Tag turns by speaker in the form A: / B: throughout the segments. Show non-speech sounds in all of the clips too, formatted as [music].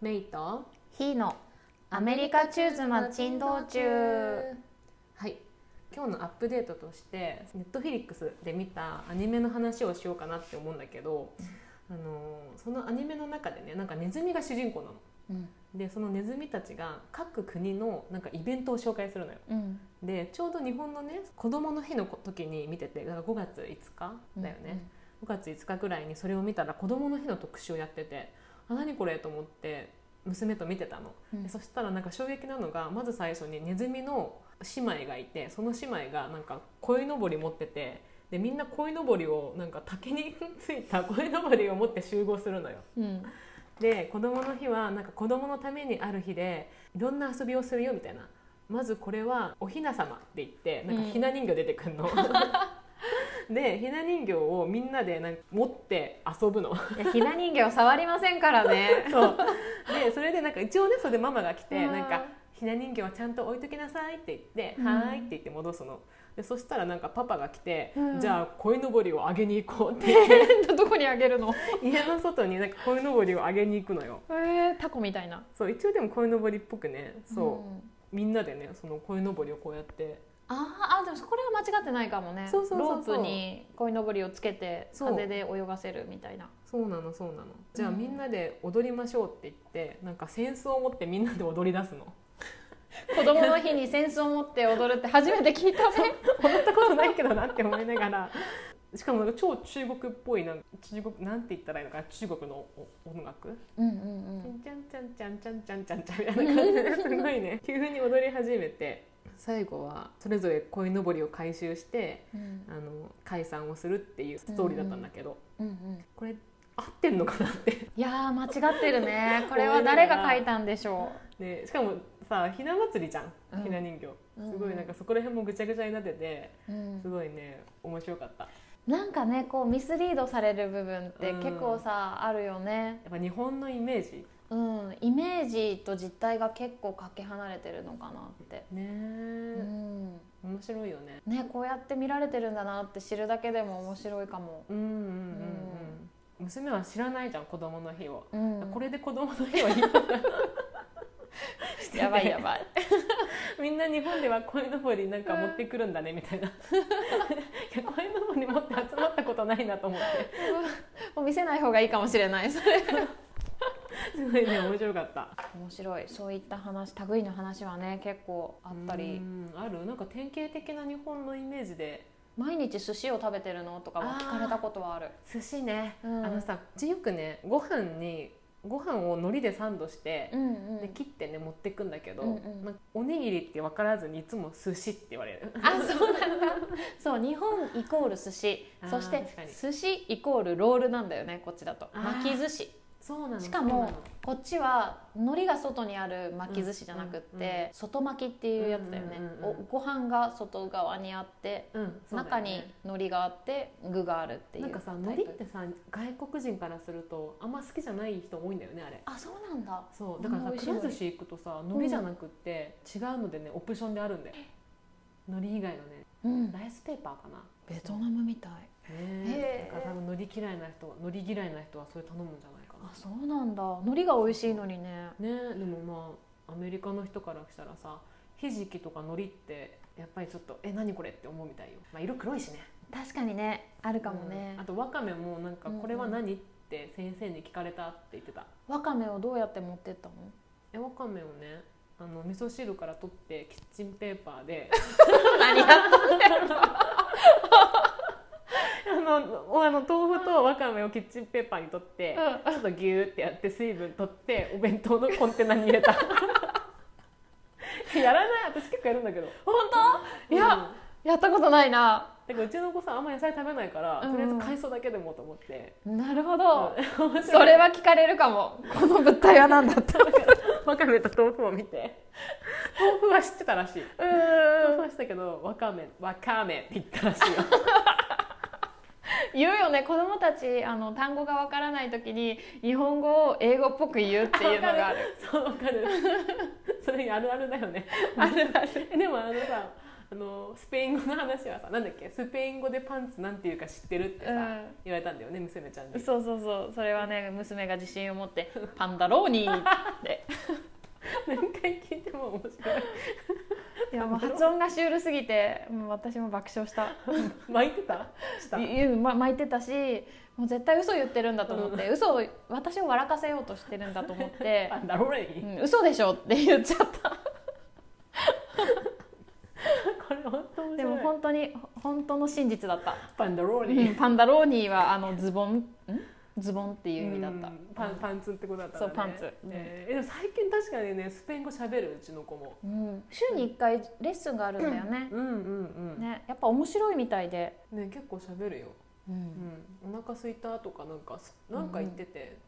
A: メイと
B: ひーのアメリカチューズマッチン道中
A: はい今日のアップデートとしてネットフィリックスで見たアニメの話をしようかなって思うんだけど、あのーそのアニメの中でねなんかネズミが主人公なの。
B: うん
A: でそのネズミたちが各国のなんかイベントを紹介するのよ。
B: うん
A: でちょうど日本のね子どもの日の時に見ててだから5月5日だよね、5月5日ぐらいにそれを見たら子どもの日の特集をやっててあ何これと思って娘と見てたの、
B: うん
A: でそしたらなんか衝撃なのがまず最初にネズミの姉妹がいてその姉妹がなんか鯉のぼり持っててでみんな鯉のぼりをなんか竹についた [laughs] 鯉のぼりを持って集合するのよ。
B: うん
A: で子どもの日はなんか子どものためにある日でいろんな遊びをするよみたいなまずこれはおひな様って言ってなんかひな人形出てくるの。でひな人形をみんなでなんか持って遊ぶの
B: いやひな人形触りませんからね
A: そうでそれでなんか一応ねそれでママが来て
B: うん
A: なんかひな人形はちゃんと置いときなさいって言って「
B: うん
A: はーい」って言って戻すのでそしたらなんかパパが来て「
B: うん
A: じゃあ鯉のぼりをあげに行こう」って
B: [laughs] えっ [laughs] とどこにあげるの
A: 家の外になんか鯉のぼりをあげに行くのよ
B: えー、タコみたいな
A: そう一応でも鯉のぼりっぽくねそう、
B: ん
A: みんなでねその鯉のぼりをこうやって
B: あーあでもこれは間違ってないかもね
A: そうそうそうそう
B: ロープに鯉のぼりをつけて
A: そう
B: 風で泳がせるみたいな
A: そうなのそうなのじゃあ
B: うん
A: みんなで踊りましょうって言ってなんか扇子を持ってみんなで踊り出すの
B: 子供の日に扇子を持って踊るって初めて聞いたね
A: 踊ったことないけどなって思いながらしかもなんか超中国っぽいなんか中国なんて言ったらいいのかな中国のお音楽
B: うんうん
A: ちゃんちゃんちゃんちゃんちゃんちゃんちゃんみたいな感じ
B: [laughs]
A: ですごいね急に踊り始めて最後はそれぞれ鯉のぼりを回収して
B: うん
A: あの解散をするっていうストーリーだったんだけど、
B: うんうん
A: これ合ってんのかなって
B: いやー間違ってるねこれは誰が書いたんでしょ
A: でしかもさひな祭りじゃん、
B: うん
A: ひな人形
B: うん
A: すごいなんかそこら辺もぐちゃぐちゃになってて
B: う、うん
A: すごいね面白かったや
B: なんかねこうミスリードされる部分って
A: うん
B: 結構さ、あるよね
A: っぱ日本のイメージ
B: うんイメージと実態が結構かけ離れてるのかなって
A: ね
B: う
A: え、
B: ん
A: 面白いよね
B: ねこうやって見られてるんだなって知るだけでも面白いかも、
A: うんうんうんうん娘は知らないじゃん子供の日を、
B: うん、
A: これで子供の
B: [laughs]
A: 日を言いしてて
B: やばいやばい
A: みんな日本では鯉のぼりなんか持ってくるんだねみたいな [laughs] いや鯉のぼり持って集まったことないなと思って
B: もう見せない方がいいかもしれないそ [laughs] れ
A: すごいね面白かった
B: 面白いそういった話類の話はね結構あったり、
A: うんあるなんか典型的な日本のイメージで
B: 毎日寿司を食べてるのとかは聞かれたことはある
A: 寿司ね、
B: うん
A: あのさうちよくねご飯にご飯を海苔でサンドして
B: う、んう
A: で
B: ん
A: 切ってね持ってくんだけど、
B: うんうん
A: なんかおにぎりって分からずにいつも寿司って言われる
B: あそうなんだそう日本イコール寿司
A: あー
B: そして
A: 確かに
B: 寿司イコールロールなんだよねこっちだと
A: あー
B: 巻き寿司
A: そうなの
B: しかもこっちは海苔が外にある巻き寿司じゃなくって、
A: うんうん
B: 外巻きっていうやつだよね、
A: うんうんうんうん
B: おご飯が外側にあって、
A: そうなの、うんそうだよね
B: 中に海苔があって具があるっていう
A: なんかさ海
B: タイ
A: 苔
B: プ
A: ってさ外国人からするとあんま好きじゃない人多いんだよねあれ
B: あそうなんだ
A: そうだから
B: あ
A: さ
B: んま美味しい
A: くら寿司行くとさ海苔じゃなくって、違うのでねオプションであるんだよ海苔以外のね
B: うん
A: ライスペーパーかな
B: ベトナムみたい
A: ね
B: へ
A: え
B: え
A: だから多分海苔嫌いな人海苔嫌いな人はそれ頼むんじゃないか
B: あそうなんだ海苔が美味しいのにね
A: なねえでもまあアメリカの人からしたらさひじきとか海苔ってやっぱりちょっとえ何これって思うみたいよ、まあ、色黒いしね
B: 確かにねあるかもね
A: うんあ、とわかめもなんか
B: うんうん
A: これは何って先生に聞かれたって言ってた
B: わかめをどうやって持ってったの
A: えわかめをねあの味噌汁から取ってキッチンペーパーで
B: 何やっ
A: あのおあの豆腐とわかめをキッチンペーパーに取って、ちょっとギューってやって水分取ってお弁当のコンテナに入れた [laughs] やらない私結構やるんだけど
B: 本当いや、
A: うん
B: [laughs] やったことないな
A: だからうちの子さんあんま野菜食べないから、
B: うん
A: とりあえず海藻だけでもと思って、
B: なるほど、
A: うん面白い
B: それは聞かれるかもこの物体は何だ [laughs] った
A: わかめと豆腐を見て豆腐は知ってたらしい豆腐は知ってたけどわかめわかめって言ったらしいよ [laughs]
B: 言うよね子供たちあの単語がわからない時に日本語を英語っぽく言うっていうの [laughs] がある
A: そうわかるそれあるあるだよね [laughs]
B: あるある
A: でもあのさあのスペイン語の話はさなんだっけスペイン語でパンツなんていうか知ってるってさ、
B: うん
A: 言われたんだよね娘ちゃんに
B: そうそうそうそれはね娘が自信を持って「 [laughs] パンダローニー」って
A: 何回聞いても面白い
B: いやもう発音がシュールすぎてもう私も爆笑 [laughs] した
A: [laughs] 巻いてたした
B: いいま巻いてたしもう絶対嘘言ってるんだと思って、嘘を私を笑かせようとしてるんだと思って [laughs]
A: あ、だろうね
B: うん、嘘でしょって言っちゃった
A: これ本当面白い
B: でも本当に本当の真実だった
A: パンダローリ
B: うんパンダローニーはあのズボンんズボンっていう意味だった、
A: うんパンパンツってことだったんだね
B: そうパンツうん
A: えーでも最近確かにねスペイン語喋るうちの子も
B: うん週に1回レッスンがあるんだよね、
A: うんうんうんね
B: ねやっぱ面白いみたいで、
A: 結構喋るよ、うん、お腹空いたとかなんかすなんか言ってて、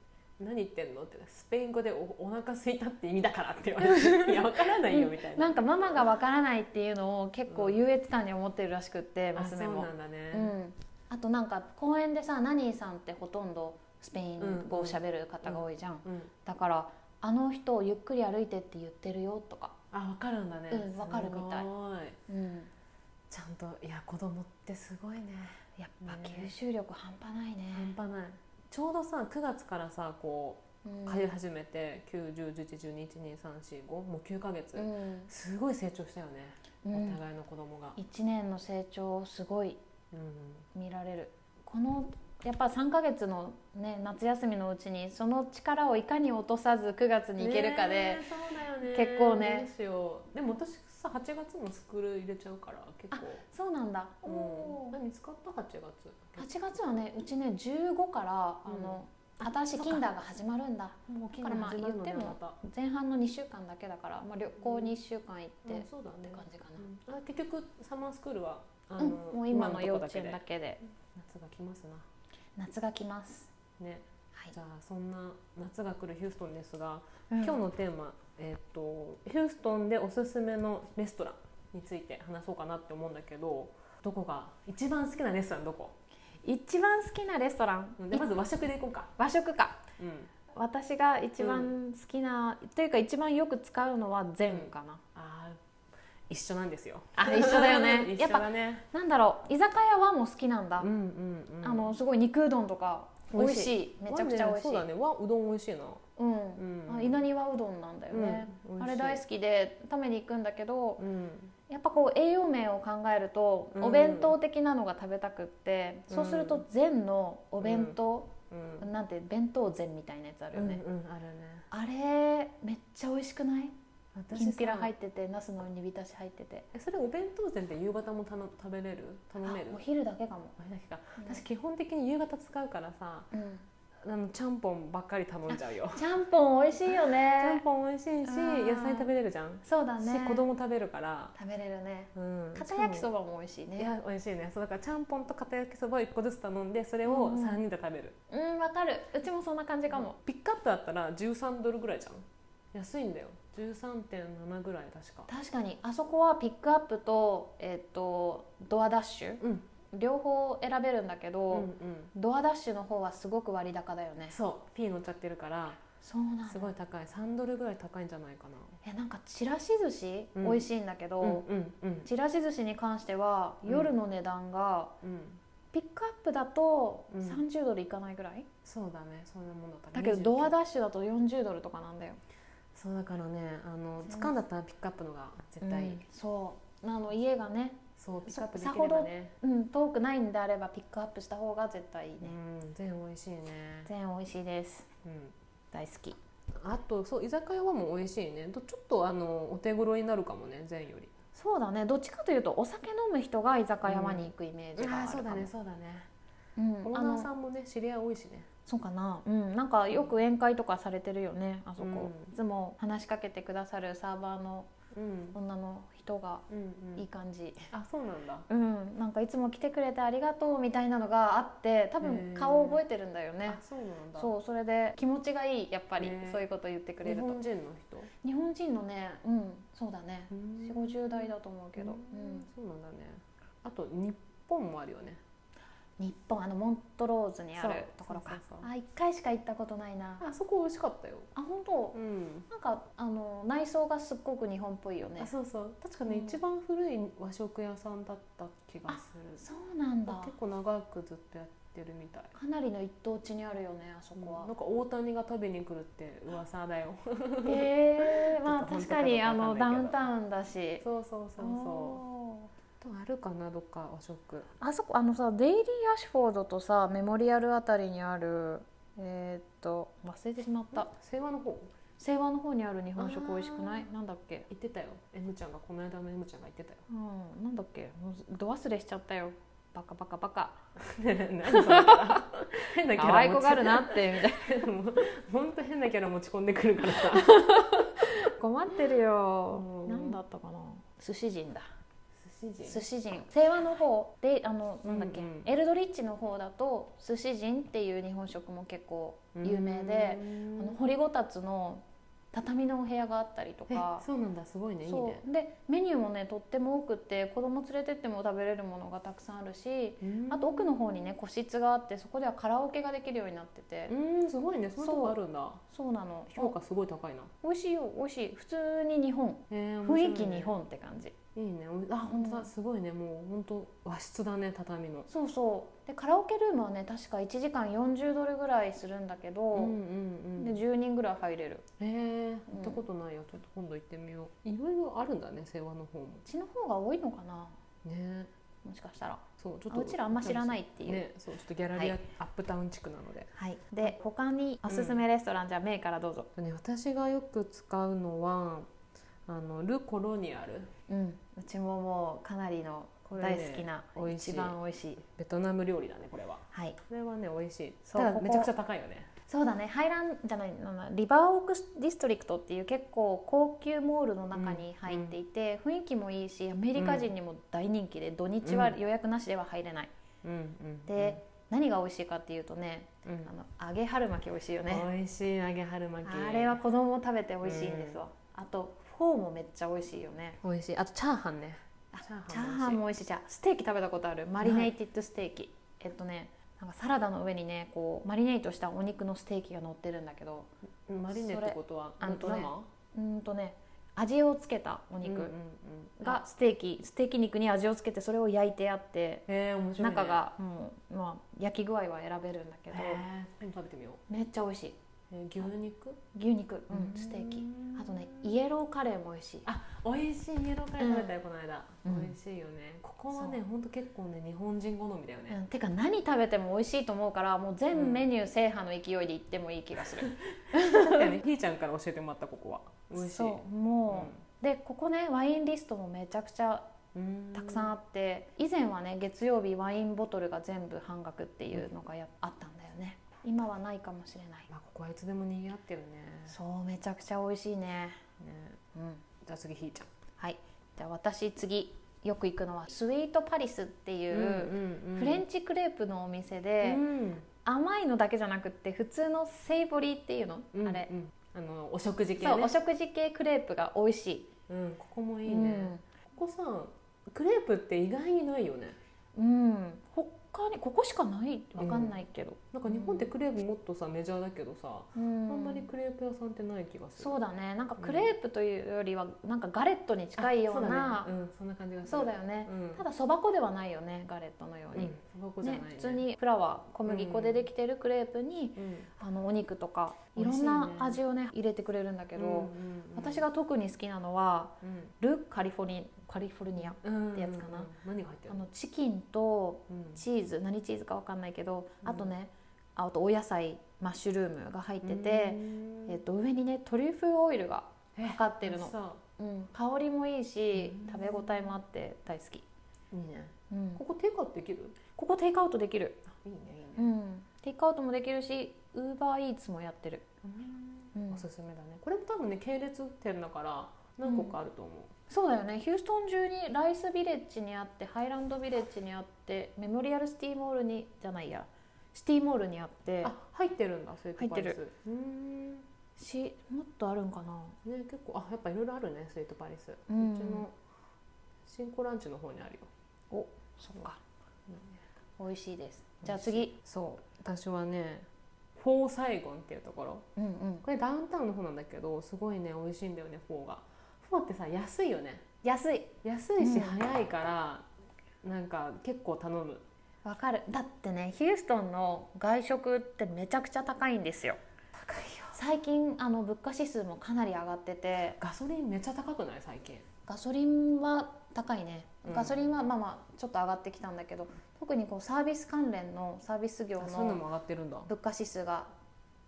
A: 何言ってんのってスペイン語でおお腹空いたって意味だからって言われ [laughs] ていやわからないよみたいな,、
B: なんかママがわからないっていうのを結構優越感に思ってるらしくって
A: あそう
B: 娘も
A: なんだね、
B: うん、あとなんか公園でさナニーさんってほとんどスペイン語を喋る方が多いじゃん、
A: うん
B: だから「あの人をゆっくり歩いて」って言ってるよとか、
A: あわかるんだね、
B: うんわかるみたい
A: すごい
B: うん、
A: ちゃんといや子供ってすごいね
B: やっぱ
A: ね
B: 吸収力半端ないね
A: 半端ないちょうどさ9月からさこ
B: うん
A: う通い始めて、91011121345もう9ヶ月、
B: うん
A: すごい成長したよね、
B: うん
A: お互いの子供が、
B: 1年の成長をすごい
A: うん
B: 見られるこのやっぱ3ヶ月の、ね、夏休みのうちにその力をいかに落とさず9月に行けるかで、
A: ねえそうだよね
B: 結構ね
A: どうしようでも私さ8月もスクール入れちゃうから結構
B: そうなんだ、
A: う
B: お
A: ん、
B: ー
A: 何使った8月
B: 8月はねうちね15からあの、新しいキンダーが始まるんだ
A: もう
B: だからまあ
A: 始まるのね
B: 言っても
A: また
B: 前半の2週間だけだから、まあ、旅行に1週間行って、
A: う
B: っ
A: んそうだ
B: て
A: ね
B: 感じか
A: うんあ結局サマースクールはあ
B: な、うん、もう今の幼
A: とこ
B: 稚園
A: で
B: だけで
A: 夏が来ますな
B: 夏が来ます、
A: ね
B: はい
A: じゃあそんな夏が来るヒューストンですが、今
B: 今
A: 日
B: 日の
A: のテーマ、えー、とヒューストンでおすすめのレストランについて話そうかなって思うんだけどどこが一番好きなレストランどこ
B: 一番好きなレストラン、
A: でまず和食で行こうか、
B: 和食か
A: うん、
B: 私が一番好きな、というか一番よく使うのは善かな、
A: あー一緒なんですよ
B: あ一緒だよね
A: [laughs] 一
B: や
A: 緒
B: っぱ
A: だね
B: なんだろう居酒屋はも好きなんだ、
A: うんうんうん
B: あのすごい肉うどんとか美味しいめちゃくちゃ美味
A: 和ねそう
B: しい
A: だね和うどん美味しいな
B: うん、
A: うん
B: あ稲庭うどんなんだよね、あれ大
A: 好
B: 好きで食べに行くんだけど
A: き、うん、
B: やっぱこう栄養面を考えると
A: うん
B: お弁当的なのが食べたくって、
A: うん
B: そうすると禅のお弁当、
A: うん
B: なんて弁当禅みたいなやつあるよね、
A: うんうんあるね
B: あれめっちゃ美味しくない
A: 私
B: きんぴら入
A: っ
B: ってて茄子の煮浸し入ってて
A: えそれお弁当膳って夕方もたの食べれる頼める
B: あお昼だけかも、
A: あれだけか
B: うん
A: 私基本的に夕方使うからさ
B: うん
A: あのちゃんぽんばっかり頼んじゃうよ
B: ちゃんぽん美味しいよ
A: [laughs] ちゃん
B: ね
A: ぽん美味しいし
B: あー
A: 野菜食べれるじゃん、
B: そうだね
A: し子供食べるから、
B: 食べれるね
A: うん、
B: 片焼きそ
A: ば
B: ばも美味しい
A: い
B: ね
A: や美味しいねそうだからちゃんぽんと片焼きそばを1個ずつ頼んでそれを
B: うんうん
A: 3人で食べる、
B: うんわかるうちもそんな感じかも、
A: ピックアップだったら13ドルぐらいじゃん安いんだよ13.7ぐらい確か
B: 確かにあそこはピックアップと,、えっとドアダッシュ
A: うん
B: 両方選べるんだけど、
A: うんうん
B: ドアダッシュの方はすごく割高だよね
A: そうピー乗っちゃってるから
B: そうなんだ
A: すごい高い3ドルぐらい高いんじゃないかな
B: えなんかちらし寿司、
A: うん
B: 美味しいんだけど、
A: うんうんうん
B: ちらし寿司に関しては
A: うん
B: 夜の値段が、
A: うん
B: ピックアップだと
A: うん
B: 30ドルいかないぐらい、
A: そうだねそんなもんだった
B: だけどドア
A: だ
B: ダッシュだと40ドルとかなんだよ
A: そうだからねあの
B: 全然
A: 掴んだったらピックアップのが絶対いい、
B: うんそうあの家がね、
A: そうピック
B: そ
A: アップできればね
B: うん、遠くないんであればピックアップした方が絶対いいね
A: うん全美味しいね、
B: 全美味しいです
A: うん、
B: 大好き
A: あとそう居酒屋はもう美味しいねとちょっとあのお手頃になるかもね全より
B: そうだねどっちかというとお酒飲む人が居酒屋に行くイメージがあるかも、
A: そうだね
B: うん
A: オー
B: あ
A: ナ
B: の
A: ーさんもね知り合い多いしね
B: そうかな、うん、なんかよく宴会とかされてるよねあそこ、
A: うん
B: いつも話しかけてくださるサーバーの
A: うん
B: 女の人が
A: うんう
B: いい感じ、
A: あそうなんだ
B: うん、なんかいつも来てくれてありがとうみたいなのがあって多
A: へ
B: 分
A: ー
B: 顔を覚えてるんだよね
A: あそうなんだ
B: そうそれで気持ちがいいやっぱり
A: へー
B: そういうこと言ってくれ
A: 日
B: ると
A: 本人の人
B: 日本人のねうんそうだね4 5 0代だと思うけど、
A: う
B: うんん
A: そうなんだねあと日本もあるよね
B: 日本あのモントローズにあるところか
A: そうそうそうそう
B: あ一回しか行ったことないな
A: あそこ美味しかったよ
B: あ本当
A: うん
B: なんかあの内装がすっごく日本っぽいよね
A: あそうそう確かね、
B: うん
A: 一番古い和食屋さんだった気がする
B: そうなんだ
A: 結構長くずっとやってるみたい
B: かなりの一等地にあるよねあそこは
A: なんか大谷が食べに来るって噂 [laughs] だよ
B: えー、ま
A: ちょ
B: あ
A: っと本
B: 確
A: 当か
B: かにあ
A: ど
B: の
A: うか
B: ダ
A: わかんないけど
B: ウンタウンだし
A: そうそうそうそう
B: そ
A: あとあるかなどっか和食
B: うあそこあのさデイリー・アシュフォードとさメモリアルあたりにあるえーっと忘れてしまった
A: 清和の方
B: 清和の方にある日本食美味しくない
A: あ
B: なんだっけ
A: 行ってたよ M ちゃんがこの間の M ちゃんが行ってたよ [laughs]
B: うんなんだっけもうど忘れしちゃったよバカバカバカ
A: 何そのキャラ変なキャ
B: 可
A: ラ
B: 愛い子があ
A: [laughs]
B: るなってみたいな
A: 本当変なキャラ持ち込んでくるからさ
B: 困ってるよ
A: うん
B: 何だったかな寿司人だ
A: 寿司
B: 寿司人清和の方であのなんだっけ、
A: うんうん
B: エルドリッチの方だと寿司人っていう日本食も結構有名であの掘りごたつの畳のお部屋があったりと
A: え
B: か
A: そうなんだすごいねいいね
B: そうでメニューもねとっても多くて子供連れてっても食べれるものがたくさんあるしあと奥の方にね個室があってそこではカラオケができるようになってて
A: うんすごいねそういうとこあるんだ
B: そうなの
A: 評価すごい高いな
B: 美味しいよ美味しい普通に日本
A: えー
B: 雰囲
A: 面白
B: 気
A: いね
B: 日本って感じ
A: いいねおあ本当
B: う
A: だ
B: ん
A: すごいねもう本当和室だね畳の
B: そうそうでカラオケルームはね確か1時間40ドルぐらいするんだけど、
A: うんうんう
B: で
A: ん
B: 10人ぐらい入れる
A: えー、行
B: うん
A: ったことないよちょっと今度行ってみよういろいろあるんだね世話の方も
B: うちの方が多いのかな
A: ね
B: もしかしたら
A: そうちょっ
B: あ
A: と
B: うちらあんま知らないっていう、
A: ねそうちょっとギャラリア、
B: は
A: アップタウン地区なので
B: はい、で他におすすめレストラン、じゃあメイからどうぞ、
A: ね私がよく使うのはあのルコロニアル
B: うん、うちももうかなりの
A: これ
B: 大
A: ね
B: 好きな、
A: 美味しい
B: 一番美味しい
A: ベトナム料理だねこれは
B: はい
A: これはね美味しい
B: そう
A: ただ
B: ここ
A: めちゃくちゃ高いよね
B: そうだねハイランじゃないななリバーオークスディストリクトっていう結構高級モールの中に入っていて、雰囲気もいいしアメリカ人にも大人気で、土日は
A: うん
B: 予約なしでは入れない、
A: うんうん
B: で、何が美味しいかっていうとね
A: うんうん
B: あの揚げ春巻き美味しいよね
A: 美味しい揚げ春巻き
B: あれは子供も食べて美味しいんですわ、あとフォーもめっちゃ美味しいよね
A: 美味しいあとチャーハンね
B: チャーハンも美味しいじゃあステーキ食べたことあるマリネイティッドステーキ、えっとねなんかサラダの上にねこうマリネイトしたお肉のステーキが乗ってるんだけど
A: マリネってことは
B: それあとね
A: 生
B: うーんとね味をつけたお
A: う
B: 肉
A: んうんうん
B: がステーキ、ステーキ肉に味をつけてそれを焼いてあって、
A: えー、面白い、ね、
B: 中が、うんまあ、焼き具合は選べるんだけど、
A: えー、今食べてみよう、
B: めっちゃ美味しい
A: えー、牛肉
B: 牛肉、うん、ステーキ
A: うん
B: あとねイエローカレーも美味しい
A: 美味しいイエローカレー食べたよ、この間、
B: うん
A: 美味しいよねここはねほんと結構ね日本人好みだよ
B: う
A: ね、
B: ん、てか何食べても美味しいと思うからもう
A: う
B: 全
A: ん
B: メニュー制覇の勢いでいってもいい気がする、
A: 確かにひーちゃんから教えてもらったここは美味しい
B: そうもう、でここねワインリストもめちゃくちゃ
A: うん
B: たくさんあって、以前はね月曜日ワインボトルが全部半額っていうのがやあったんだよね今はないかもしれない
A: まあ、ここはいつでも賑わってるね
B: そうめちゃくちゃ美味しいね
A: ね
B: うん
A: じゃあ次ひーちゃん
B: はいじゃあ私次よく行くのはスイートパリスっていう、
A: ん
B: フレン
A: チ
B: チクレープのお
A: で
B: 店で、甘いのだけじゃなくって普通のセイボリーっていうの、
A: うん、
B: あれ
A: うんあのお食事系
B: そう、
A: ね
B: お食事系クレープが美味しい。
A: うん、ここもいいね、ここさクレープって意外にないよね
B: うん。うん。他にここしかないわかんないけど。
A: なんか日本ってクレープもっとさメジャーだけどさ、
B: うん
A: あんまりクレープ屋さんってない気がする
B: そうだね。なんかクレープというよりはなんかガレットに近いよう
A: あ
B: な
A: そ。うだねうん、そんな感じがする
B: そうだよね。
A: うん
B: ただそば粉ではないよね。ガレットのよう
A: うん
B: に。
A: そば粉じゃな
B: ね
A: いね、
B: 普通にフラワー小麦粉でできてるクレープに、
A: うん
B: あのお肉とかい
A: 美
B: ろ
A: 味しい
B: ん
A: ね
B: な味をね入れてくれるんだけど、
A: うんうんうん
B: 私が特に好きなのは
A: うん
B: ル・カリフォルニカリフォルニア
A: うん
B: ってやつかな
A: うん何が入って
B: あ
A: るの
B: のチキンと
A: うん
B: チーズ何チーズか分かんないけど、
A: うん
B: あとねああとお野菜マッシュルームが入ってて、
A: うん
B: えっと上にねトリュフオイルが
A: え
B: かかってるの
A: さ
B: うん、香りもいいし、
A: うん
B: 食べ応えもあって大好き、
A: いいね
B: うん
A: ここテイクアウトできる
B: ここテイクアウトできる、
A: いいねいいうね、
B: ん、テイクアウトもできるしウーバーイーツもやってる、うん
A: おすすめだねこれも多分ね系列店だから何個かあると思う、
B: そうだよねヒューストン中にライスビレッジにあってハイランドビレッジにあってメモリアルシティモールにじゃないやシティモールにあって
A: あ入ってるんだそういうとこ
B: 入って
A: うーん
B: しもっとあるんかな
A: ね、結構あやっぱいろいろあるねスイートパリス、
B: う
A: うんちの新興ランチの方にあるよ、
B: おそっか
A: うん
B: 美味しいですじゃあ次
A: そう私はねフォーサイゴンっていうところ
B: うんうん
A: これダウンタウンの方なんだけどすごいね美味しいんだよねフォーがフォーってさ安いよね
B: 安い
A: 安いし
B: うん
A: 早いから、なんか結構頼む
B: わかるだってねヒューストンの外食ってめちゃくちゃ高いんですよ
A: 高いよ
B: 最近あの物価指数もかなり上がってて
A: ガソリンめっちゃ高くない最近
B: ガソリンは高いね
A: うん
B: ガソリンはまあまあちょっと上がってきたんだけど特にこうサービス関連のサービス業
A: あそういうの
B: の
A: も上がってるんだ
B: 物価指数が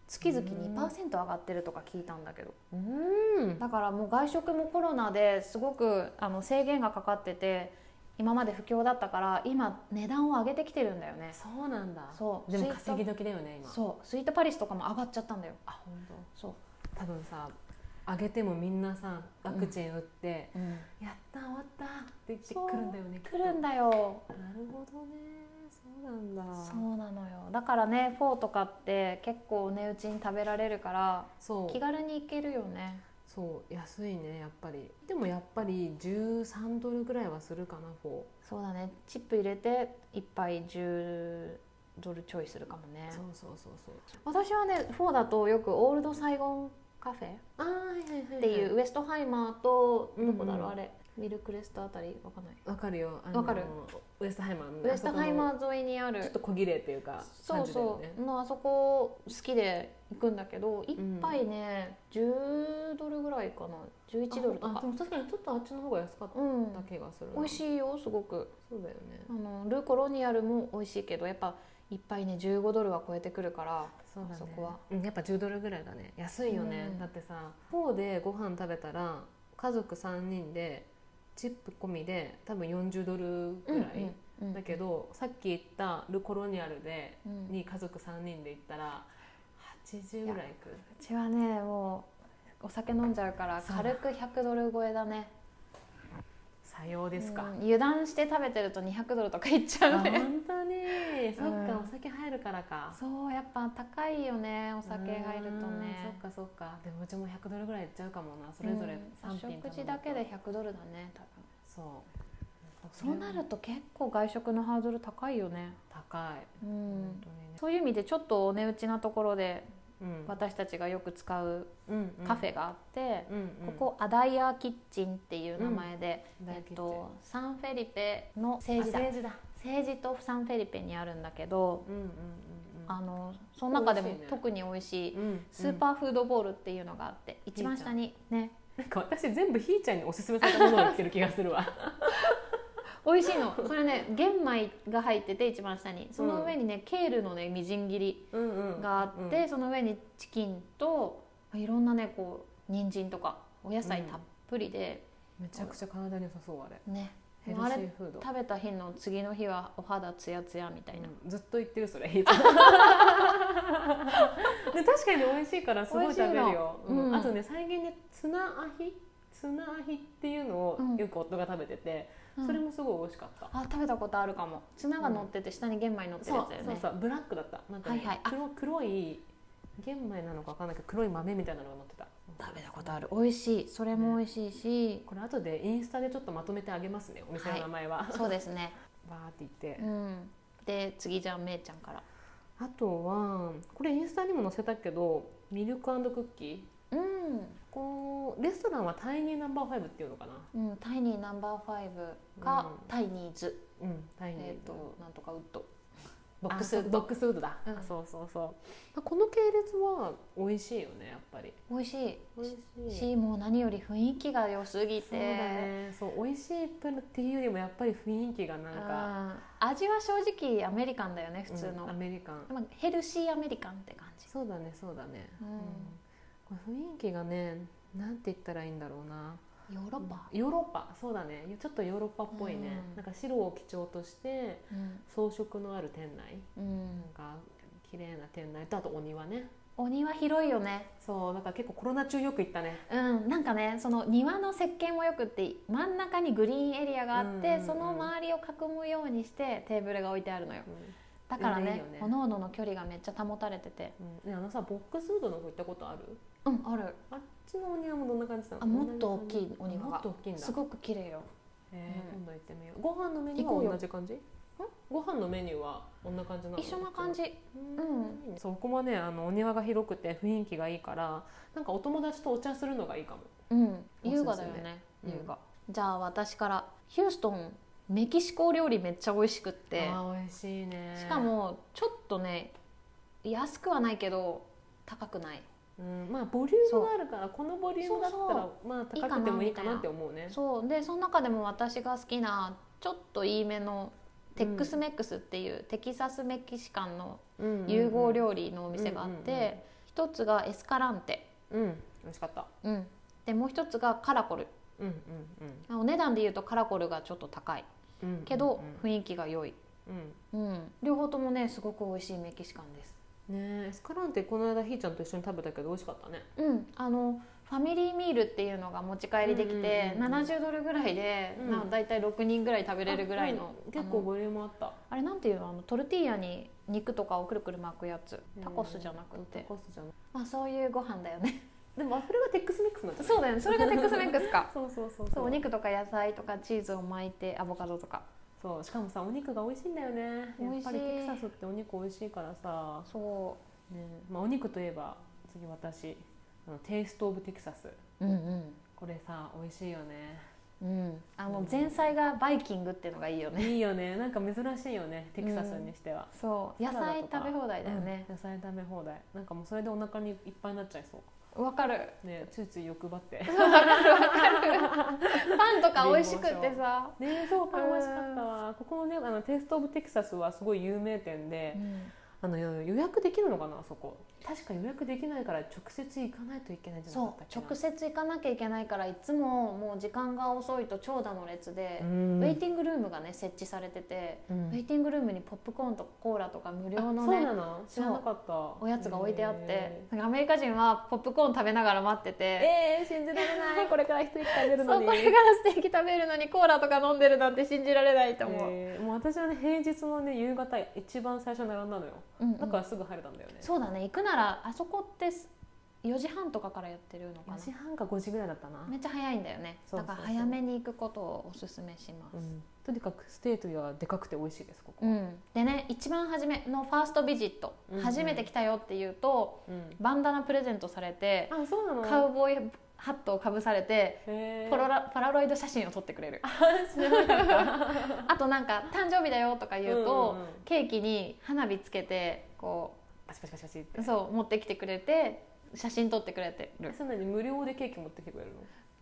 B: 月々
A: うん
B: 2%上がってるとか聞いたんだけど
A: うん
B: だからもう外食もコロナですごくあの制限がかかってて今まで不況だったから今値段を上げてきてるんだよね
A: そうなんだ
B: そう
A: で
B: スイ
A: も
B: ート
A: 稼ぎ時だよね今
B: そうスイートパリスとかも上がっちゃったんだよ
A: あ本当
B: そ
A: 多分さ上げてもみんなさワクチン打って、
B: う、うん、
A: やった終わったって言ってくるんだよねきっと
B: 来るんだよ
A: なるほどねそうなんだ
B: そうなのよだからねフォーとかって結構お値打ちに食べられるから
A: そう
B: 気軽に行けるよね
A: そう安いねやっぱりでもやっぱり13ドルぐらいはするかなフォー
B: そうだねチップ入れて1杯10ドルちょいするかもね
A: そうそうそうそう
B: 私はねフォーだとよくオールドサイゴンカフェっ
A: あーはいはいはい、
B: ていう、ウエストハイマーと
A: うん
B: ど
A: うん
B: こだろう、あれミルクレストあたりわかんない
A: わかるよあの
B: わかる
A: ウエストハイマーのね
B: ウエストハイマ
A: あ
B: ー沿いにあ
A: そこのちょっ
B: る
A: と小切れっていうか
B: そう
A: 感じ
B: そ
A: だよね
B: うのあそこ好きで行くんだけど1杯ね10ドルぐらいかな11ドルと
A: ああ
B: か
A: でも確かにちょっとあっちの方が安かっ
B: うん
A: た気がするな、
B: 美味しいよすごく
A: そうだよね
B: あのルーコロニアルも美味しいけどやっぱいっぱいね15ドルは超えてくるから
A: そうだね
B: あそこは
A: うんやっぱ10ドルぐらいだね安いよね、
B: うん
A: だってさ4でご飯食べたら家族3人でチップ込みで多分40ドルぐらい、
B: うんうん
A: だけどさっき言ったルコロニアルで
B: うん
A: に家族3人で行ったら80ぐらいいく
B: うちはねもうお酒飲んじゃうから
A: そう
B: 軽く100ドル超えだね
A: さようです [laughs] か、
B: うん油断して食べてると200ドルとかいっち
A: あ
B: ゃうね
A: 本当にそっか、
B: うん
A: お酒入るからか
B: [laughs] そうやっぱ高いよねお
A: お
B: 酒入るとね
A: そっかそっかでもうちも100ドルぐらいいっちゃうかもなそれぞれ
B: うんお
A: 3品
B: 食事だけで100ドルだね多分
A: そう
B: そうなると結構外食のハードル高いよね
A: 高い、
B: う
A: 本
B: ん
A: 当にね
B: そういう意味でちょっとお値打ちなところで
A: うん
B: 私たちがよく使う
A: うんうん
B: カフェがあって、
A: うんうん
B: ここアダイアキッチンっていう名前で、
A: うん
B: えっと、サンフェリペの政治だ
A: あ政治だ
B: 政治とサンフェリペにあるんだけど、
A: うんうんうん
B: あのその中で
A: 美
B: も
A: 味しいね
B: 特に美味しい
A: うんうん
B: スーパーフードボールっていうのがあって、一番下にね
A: なんか私全部ひーちゃんにおすすめされたものを言ってる気がするわ
B: 美味しいのそれね玄米が入ってて一番下にその上にね、ケールのねみじん切り
A: うん、うん、
B: があって、その上にチキンといろんなねこう人参とかお野菜たっぷりで、
A: めちゃくちゃ体に良さそうあれ
B: ね
A: ヘルシ
B: もうあれ
A: ーフード、
B: 食べた日の次の日はお肌ツヤツヤみたいな、
A: うんずっと言ってるそれひーち [laughs] ゃんで確かに美味しいからすごい食べるよ、
B: 美味しいの
A: う
B: うんん
A: あとね最近ねツナアヒツナアヒっていうのを
B: うん
A: よく夫が食べてて、
B: うん
A: それもすごい美味しかった、
B: あ食べたことあるかもツナが乗ってて下に玄米乗ってる
A: そ
B: や
A: う
B: つだよ
A: そう
B: ね、
A: そうブラックだったなんかね、
B: はいはいあ
A: 黒黒い玄米なのか分かんないけど黒い豆みたいなのが乗ってた
B: 食べたことある美味しいそれも美味しいし、
A: これ後でインスタでちょっとまとめてあげますねお店の名前は、
B: そうですね
A: バーって言って、
B: うんで次じゃあめいちゃんから
A: あとはこれインスタにも載せたけどミルククッキー
B: う
A: こうレストランはタイニーナンバーファイブっていうのかな、
B: ん、うん、タイニーナンバーファイブか、
A: うん
B: タイニーズ
A: うん、タイニー
B: えっ、
A: ズ
B: となんとかウッド
A: ボック
B: あ
A: ス
B: そう
A: ボックスウッドだ、
B: うん
A: そうそうそうこの系列は美味しいよねやっぱり
B: 美味し
A: 美味し
B: い
A: い
B: しもう何より雰囲気が良すぎて
A: そうだねそう美味しいっていうよりもやっぱり雰囲気がなんか
B: うん味は正直アメリカンだよね普通
A: う
B: の
A: んア、メリカン
B: まあヘルシーアメリカンって感じ
A: そうだねそうだね、
B: うん
A: これ雰囲気がねなんて言ったらいいんだろうな
B: ヨーロッパ、
A: ヨーロッパそうだねちょっとヨーロッパっぽいね、
B: うん
A: なんか白を基調として
B: うん
A: 装飾のある店内なんか綺麗な店内とあとお庭ね
B: お庭広いよね
A: そうだから結構コロナ中よく行ったね
B: うんなんかねその庭の設計もよくって真ん中にグリーンエリアがあって、
A: うんうんうん
B: その周りを囲むようにしてテーブルが置いてあるのよだから
A: いい
B: ね
A: よね
B: おのおのの距離がめっちゃ保たれてて
A: うん、ねあのさボックスウッドの方行ったことある
B: うんある
A: あっちのお庭もどんな感じなの
B: あもっと大きいお庭が
A: もっと大きいんだ
B: すごく綺麗よ
A: へー
B: うん
A: 今度行ってみようご飯のメニュ
B: 行こ
A: ー
B: う
A: は
B: よ
A: 同じ感じご飯のメニューはこんな感じなの
B: 一緒な感じ
A: うん、そうここもねあのお庭が広くて雰囲気がいいからなんかお友達とお茶するのがいいかも
B: うん
A: おすすめ
B: 優雅だよね
A: うん
B: 優雅、じゃあ私からヒューストンメキシコ料理めっちゃ美味しくって
A: あー美味しいね
B: しか、もちょっとね安くはないけど高くない
A: うん、まあボリュームがあるからこのボリュームだったら
B: そう
A: まあ
B: いいかな
A: 高くてもいいかなって思うね
B: そうでその中でも私が好きなちょっといいめのテックスメックスっていう、テキサスメキシカンの融合料理のお店があって、
A: うんうんうんうん
B: 一つがエスカランテ、
A: 理うん美味しかった
B: うん、でもう一つがカラコル
A: うんうん
B: お値段でいうとカラコルがちょっと高い
A: うんうん
B: けど
A: う
B: 雰囲気が良い、
A: ん
B: うん、両方ともねすごく美味しいメキシカンです
A: うんうんねえエスカランテこの間ひーちゃんと一緒に食べたけど美味しかったね
B: うん、あのファミリーミールっていうのが持ち帰りでき
A: う
B: て、
A: んうんうんうん
B: 70ドルぐらいで、
A: うん
B: まあ、大体6人ぐらい食
A: 食
B: べれるぐらいの、
A: 結
B: あ
A: 構
B: の
A: ボリュームあった
B: あれなんていうのあのトルティーヤに肉とかをくるくる巻くやつタコスじゃなくて、
A: タコスじゃなく
B: まあ、そういうご飯だよね
A: て [laughs] でもそれがテックスミックスなんじゃない
B: そうだよねそれがテックスメックスか
A: そう [laughs] そうそう
B: そうお肉とか野菜とかチーズを巻いてアボカドとか
A: そうしかもさお肉が美味しいんだよね
B: 美
A: や
B: 味し
A: っぱ
B: い
A: りテキサスってお肉美味しいからさ、
B: そ
A: ねまあ、お肉といえば次私あのテイスト・オブ・テキサス
B: ううん
A: これさ美味しいよね
B: うんうんあの前菜がバイキングっていうのがいいよね
A: いいよねなんか珍しいよねテキサスにしては、
B: そう野菜食べ放題だよね
A: うん野菜食べ放題なんかもうそれでお腹にいっぱいになっちゃいそ
B: わ、かる
A: うねついつい欲張って
B: パンとか美味しくってさ、
A: ねそうこれ美味しかったわここのねあのテイスト・オブ・テキサスはすごい有名店で、あのよ予約できるのかなあそこ確か予約できないから直接行かないといけないんじゃなかっ
B: そう
A: たっけな
B: 直接行かなきゃいけないからいつももう時間が遅いと長蛇の列で、
A: うん
B: ウェイティングルームがね設置されてて、
A: うん
B: ウェイティングルームにポップコーンとかコーラとか無
A: あ
B: 料の
A: そう
B: ね
A: なの知らなかった
B: おやつが置いてあって
A: え
B: なんかアメリカ人はポップコーン食べながら待って
A: ー
B: て、
A: えー信じられないこれから一人食べる
B: [laughs] そ
A: の
B: う
A: に
B: これからステーキ食べるのにコーラとか飲んでるなんて信じられないと思う、
A: えーもう私はね平日のね夕方一番最初並んだのよ
B: うんうん
A: だからすぐ入れたんだよね、
B: そうだね行くならあそこって4時半とかからやってるのか
A: 4時
B: な
A: 半か5時ぐらいだったな
B: めっちゃ早いんだよね
A: そうそうそう
B: だから早めに行くことをおすすめします、
A: うんとにかくステートはでかくて美味しいですここ
B: う、ん、でね一番初めのファーストビジット、
A: うんうん
B: 初めて来たよって言うと
A: うん
B: バンダナプレゼントされて
A: あそうなの
B: カウボーイハットをかぶされて
A: へー
B: ポロラパラロイド写真を撮ってくれる
A: 知らなかった
B: [laughs] あとなんか「誕生日だよ」とか言うと、
A: うんうんうん
B: ケーキに花火つけてこ
A: パチパチパチパチって
B: うそう持ってきてくれて写真撮ってくれてる
A: そんなに無料でケーキ持ってきてくれるの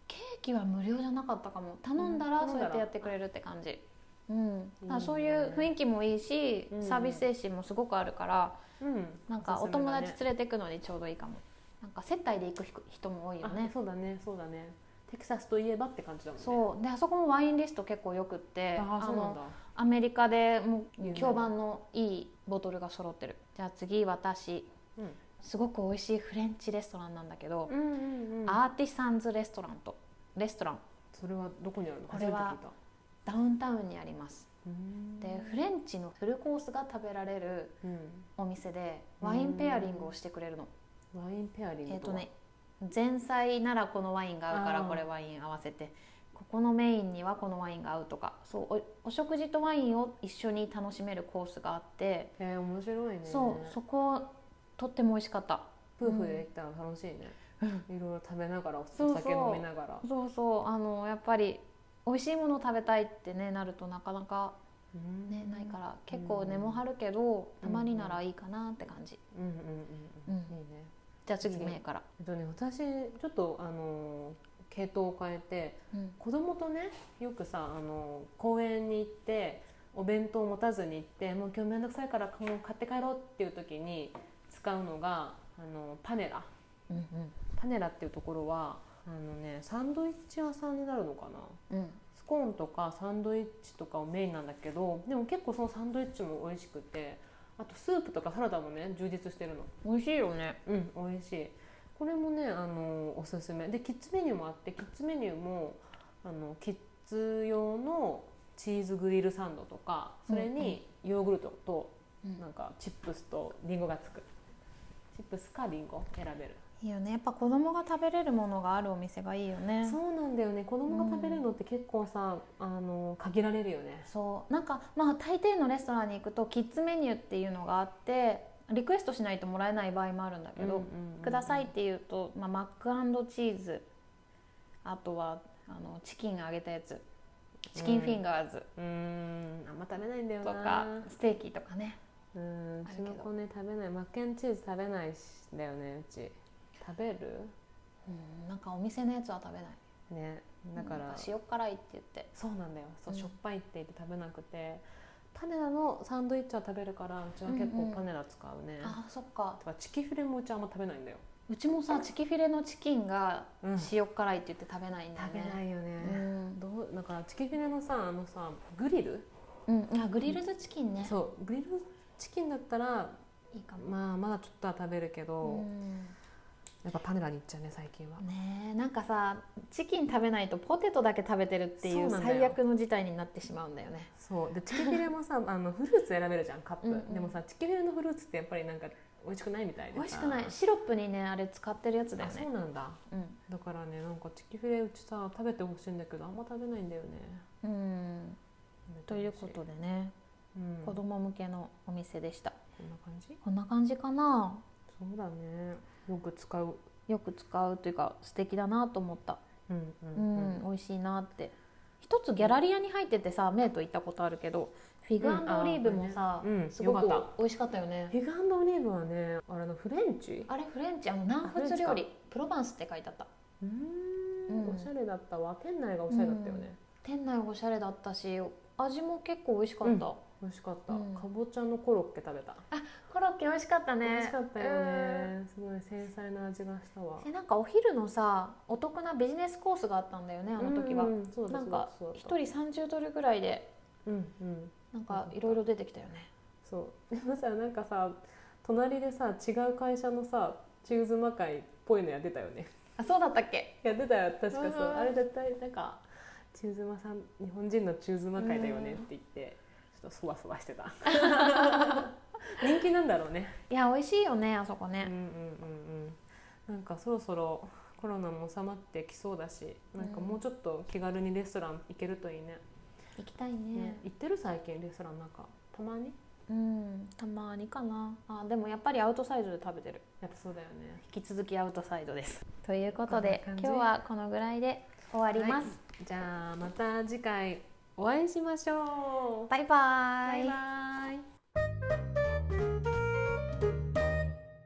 B: ケーキは無料じゃなかったかも頼んだら
A: うん
B: そうやってやってくれるって感じ、うんだからそういう雰囲気もいいし、
A: うん
B: サービス精神もすごくあるから、
A: うん
B: なんかお
A: すすめ
B: 友
A: だね
B: 達連れてくのにちょうどいいかもなんか接待で行く人も多いよ
A: あ
B: ね
A: そうだねそうだねテキサスといえばって感じだもんねう
B: そうであそこもワインリスト結構よくって
A: ああそうなんだ
B: のアメリカでも
A: 有名
B: う
A: な
B: 評判のいいボトルが揃ってるじゃあ次私
A: うん
B: すごく美味しいフレンチレストランなんだけど、
A: うんうんうん
B: アーティサンズレストランとレストラン
A: それはどこにあるの
B: こ
A: 初
B: れ
A: めて聞い
B: は
A: た
B: ダウンタウンにあります
A: うーん
B: でフレンチのフルコースが食べられる
A: うん
B: お店でワインペアリングをしてくれるの
A: ワインペアリング
B: えっ、
A: は
B: とね前菜ならこのワインが合うから
A: あー
B: これワイン合わせてここのメインにはこのワインが合うとかそうおお食事とワインを一緒に楽しめるコースがあって、
A: えー面白いね
B: そうそことっても美味しかった
A: 夫婦で行ったら楽しいねいろいろ食べながらお酒
B: そうそ
A: 飲
B: う
A: みながら
B: そうそうあのやっぱり美味しいものを食べたいってねなるとなかなか
A: うーん
B: ね、ないから結構根も張るけどたまにならいいかなって感じ、
A: うんうんうんうん
B: うん
A: いいね
B: じゃあ次
A: 次
B: 目から、
A: えっとね私ちょっとあのー系統を変えて
B: うん
A: 子供とねよくさあの公園に行ってお弁当を持たずに行ってもう今日めんどくさいからもう買って帰ろうっていう時に使うのがあのパネラ
B: うん
A: パネラっていうところはあのねサンドイッチ屋さんになるのかな
B: うんうん
A: スコーンとかサンドイッチとかをメインなんだけどでも結構そのサンドイッチも美味しくてあとスープとかサラダもね充実してるの
B: 美味しいよね
A: うん美味しいこれもねあのおすすめでキッズメニューもあってキッズメニューもあのキッズ用のチーズグリルサンドとかそれにヨーグルトと
B: うん
A: なんかチップスとリンゴがつくチップスかリンゴ選べる
B: いいよねやっぱ子供が食べれるものがあるお店がいいよね
A: そうなんだよね子供が食べるのって結構さ、あの限られるよね
B: そうなんかまあ大抵のレストランに行くとキッズメニューっていうのがあってリクエストしないともらえない場合もあるんだけど、
A: うんうんうん
B: くださいって言うと、まあ、マックチーズあとはあのチキン揚げたやつチキンフィンガーズ
A: うーんあんま食べないんだよ
B: と
A: な
B: か、ステーキとかね
A: うんうち
B: あ
A: の
B: るけど
A: 子ね食べないマッケンチーズ食べないしだよねうち食べる
B: うんなんかお店のやつは食べない
A: ねだから、
B: なん塩辛いって言って
A: そうなんだよそう、
B: うん
A: しょっぱいって言って食べなくてパネラのサンドイッチは食べるからうちは結
B: うん
A: 構
B: うん
A: パネラ使うね、
B: あそっか
A: とかチキフィレもうちはあんま食べないんだよ、
B: うちもさチキフィレのチキンが
A: うん食
B: 塩辛いって言って食べないんだよ
A: べ
B: ね、
A: ないよね、
B: うん
A: どうだからチキフィレのさあのさグリル
B: うん、あグリルズチキンね
A: そうグリルチキンだったら
B: いいかも、
A: まあまだちょっとは食べるけど、
B: うん
A: やっぱパネラに行っちゃうね最近は、
B: ねえなんかさチキン食べないとポテトだけ食べてるってい
A: そう
B: う
A: なんだよ
B: 最悪の事態になってしまうんだよね
A: そうでチキフィレもさ
B: [laughs]
A: あのフルーツ選べるじゃんカップ
B: うんうん
A: でもさチキフィレのフルーツってやっぱりなんか美味しくないみたいでさ
B: 美味しくないシロップにねあれ使ってるやつだ
A: あ
B: よね
A: そうなんだ
B: うん
A: だからねなんかチキフィレうちさ食べてほしいんだけどあんま食べないんだよね
B: うんということ、でね、
A: うん、
B: 子供向けのお店でした
A: こんな感じ
B: こんな感じかな
A: そうだねよく使う
B: よく使うというか素敵だなと思った
A: うんう
B: うん
A: うん
B: ん、美味しいなって一つギャラリアに入っててさメイと行ったことあるけどフィグ
A: うん
B: オリーブも
A: あ
B: さ、
A: うん
B: すごく
A: よかった
B: 美味しかったよね
A: フィガンドオリーブはねあれのフレンチ
B: あれフレンチあの南
A: あフレン
B: 仏
A: チか
B: 料理プロバンスって書いてあった
A: うーん
B: うん
A: おしゃれだったわ店内がおしゃれだったよね、
B: 店内おしゃれだったし味も結構美味しかった、
A: うん
B: コ
A: 美味しかった、
B: うん
A: かぼちゃのコロッケ食べた、
B: ロッケ美味しかったね
A: 美味しかったよねすごい繊細な味がしたわ
B: うんでなんかお昼のさお得なビジネスコースがあったんだよねあの時は、
A: うんうんそうだ
B: なんか
A: そうだ
B: 一
A: そうだ
B: 人30ドルぐらいで
A: うんうん
B: なんかいろいろ出てきたよね
A: そうで [laughs] もさなんかさ隣でさ違う会社のさチーズ魔界っぽいのやってたよね [laughs]
B: あそうだったっけ
A: やってたよ確かそう、
B: うん
A: あれ絶対なんか「チーズマさん日本人のチーズ魔界だよね」って言って、ちょっとそわそわしてた [laughs] 人気なんだ [laughs] ろうね
B: いや美味しいよねあそこ
A: うんう
B: ね
A: んうんうんなんかそろそろコロナも収まってきそうだしなんかもうちょっと気軽にレストラン行けるといいね,、
B: 行きたい
A: ね
B: ね
A: 行ってる最近レストランなんかたまに
B: うんたまにかなあでもやっぱりアウトサイドで食べてる
A: やっぱそうだよね
B: 引き続きアウトサイドですということで
A: こんな感じ
B: 今日はこのぐらいで終わります、
A: はいじゃあまた次回お会いしましょう。
B: バイバ
A: バ
B: イ
A: イバイ。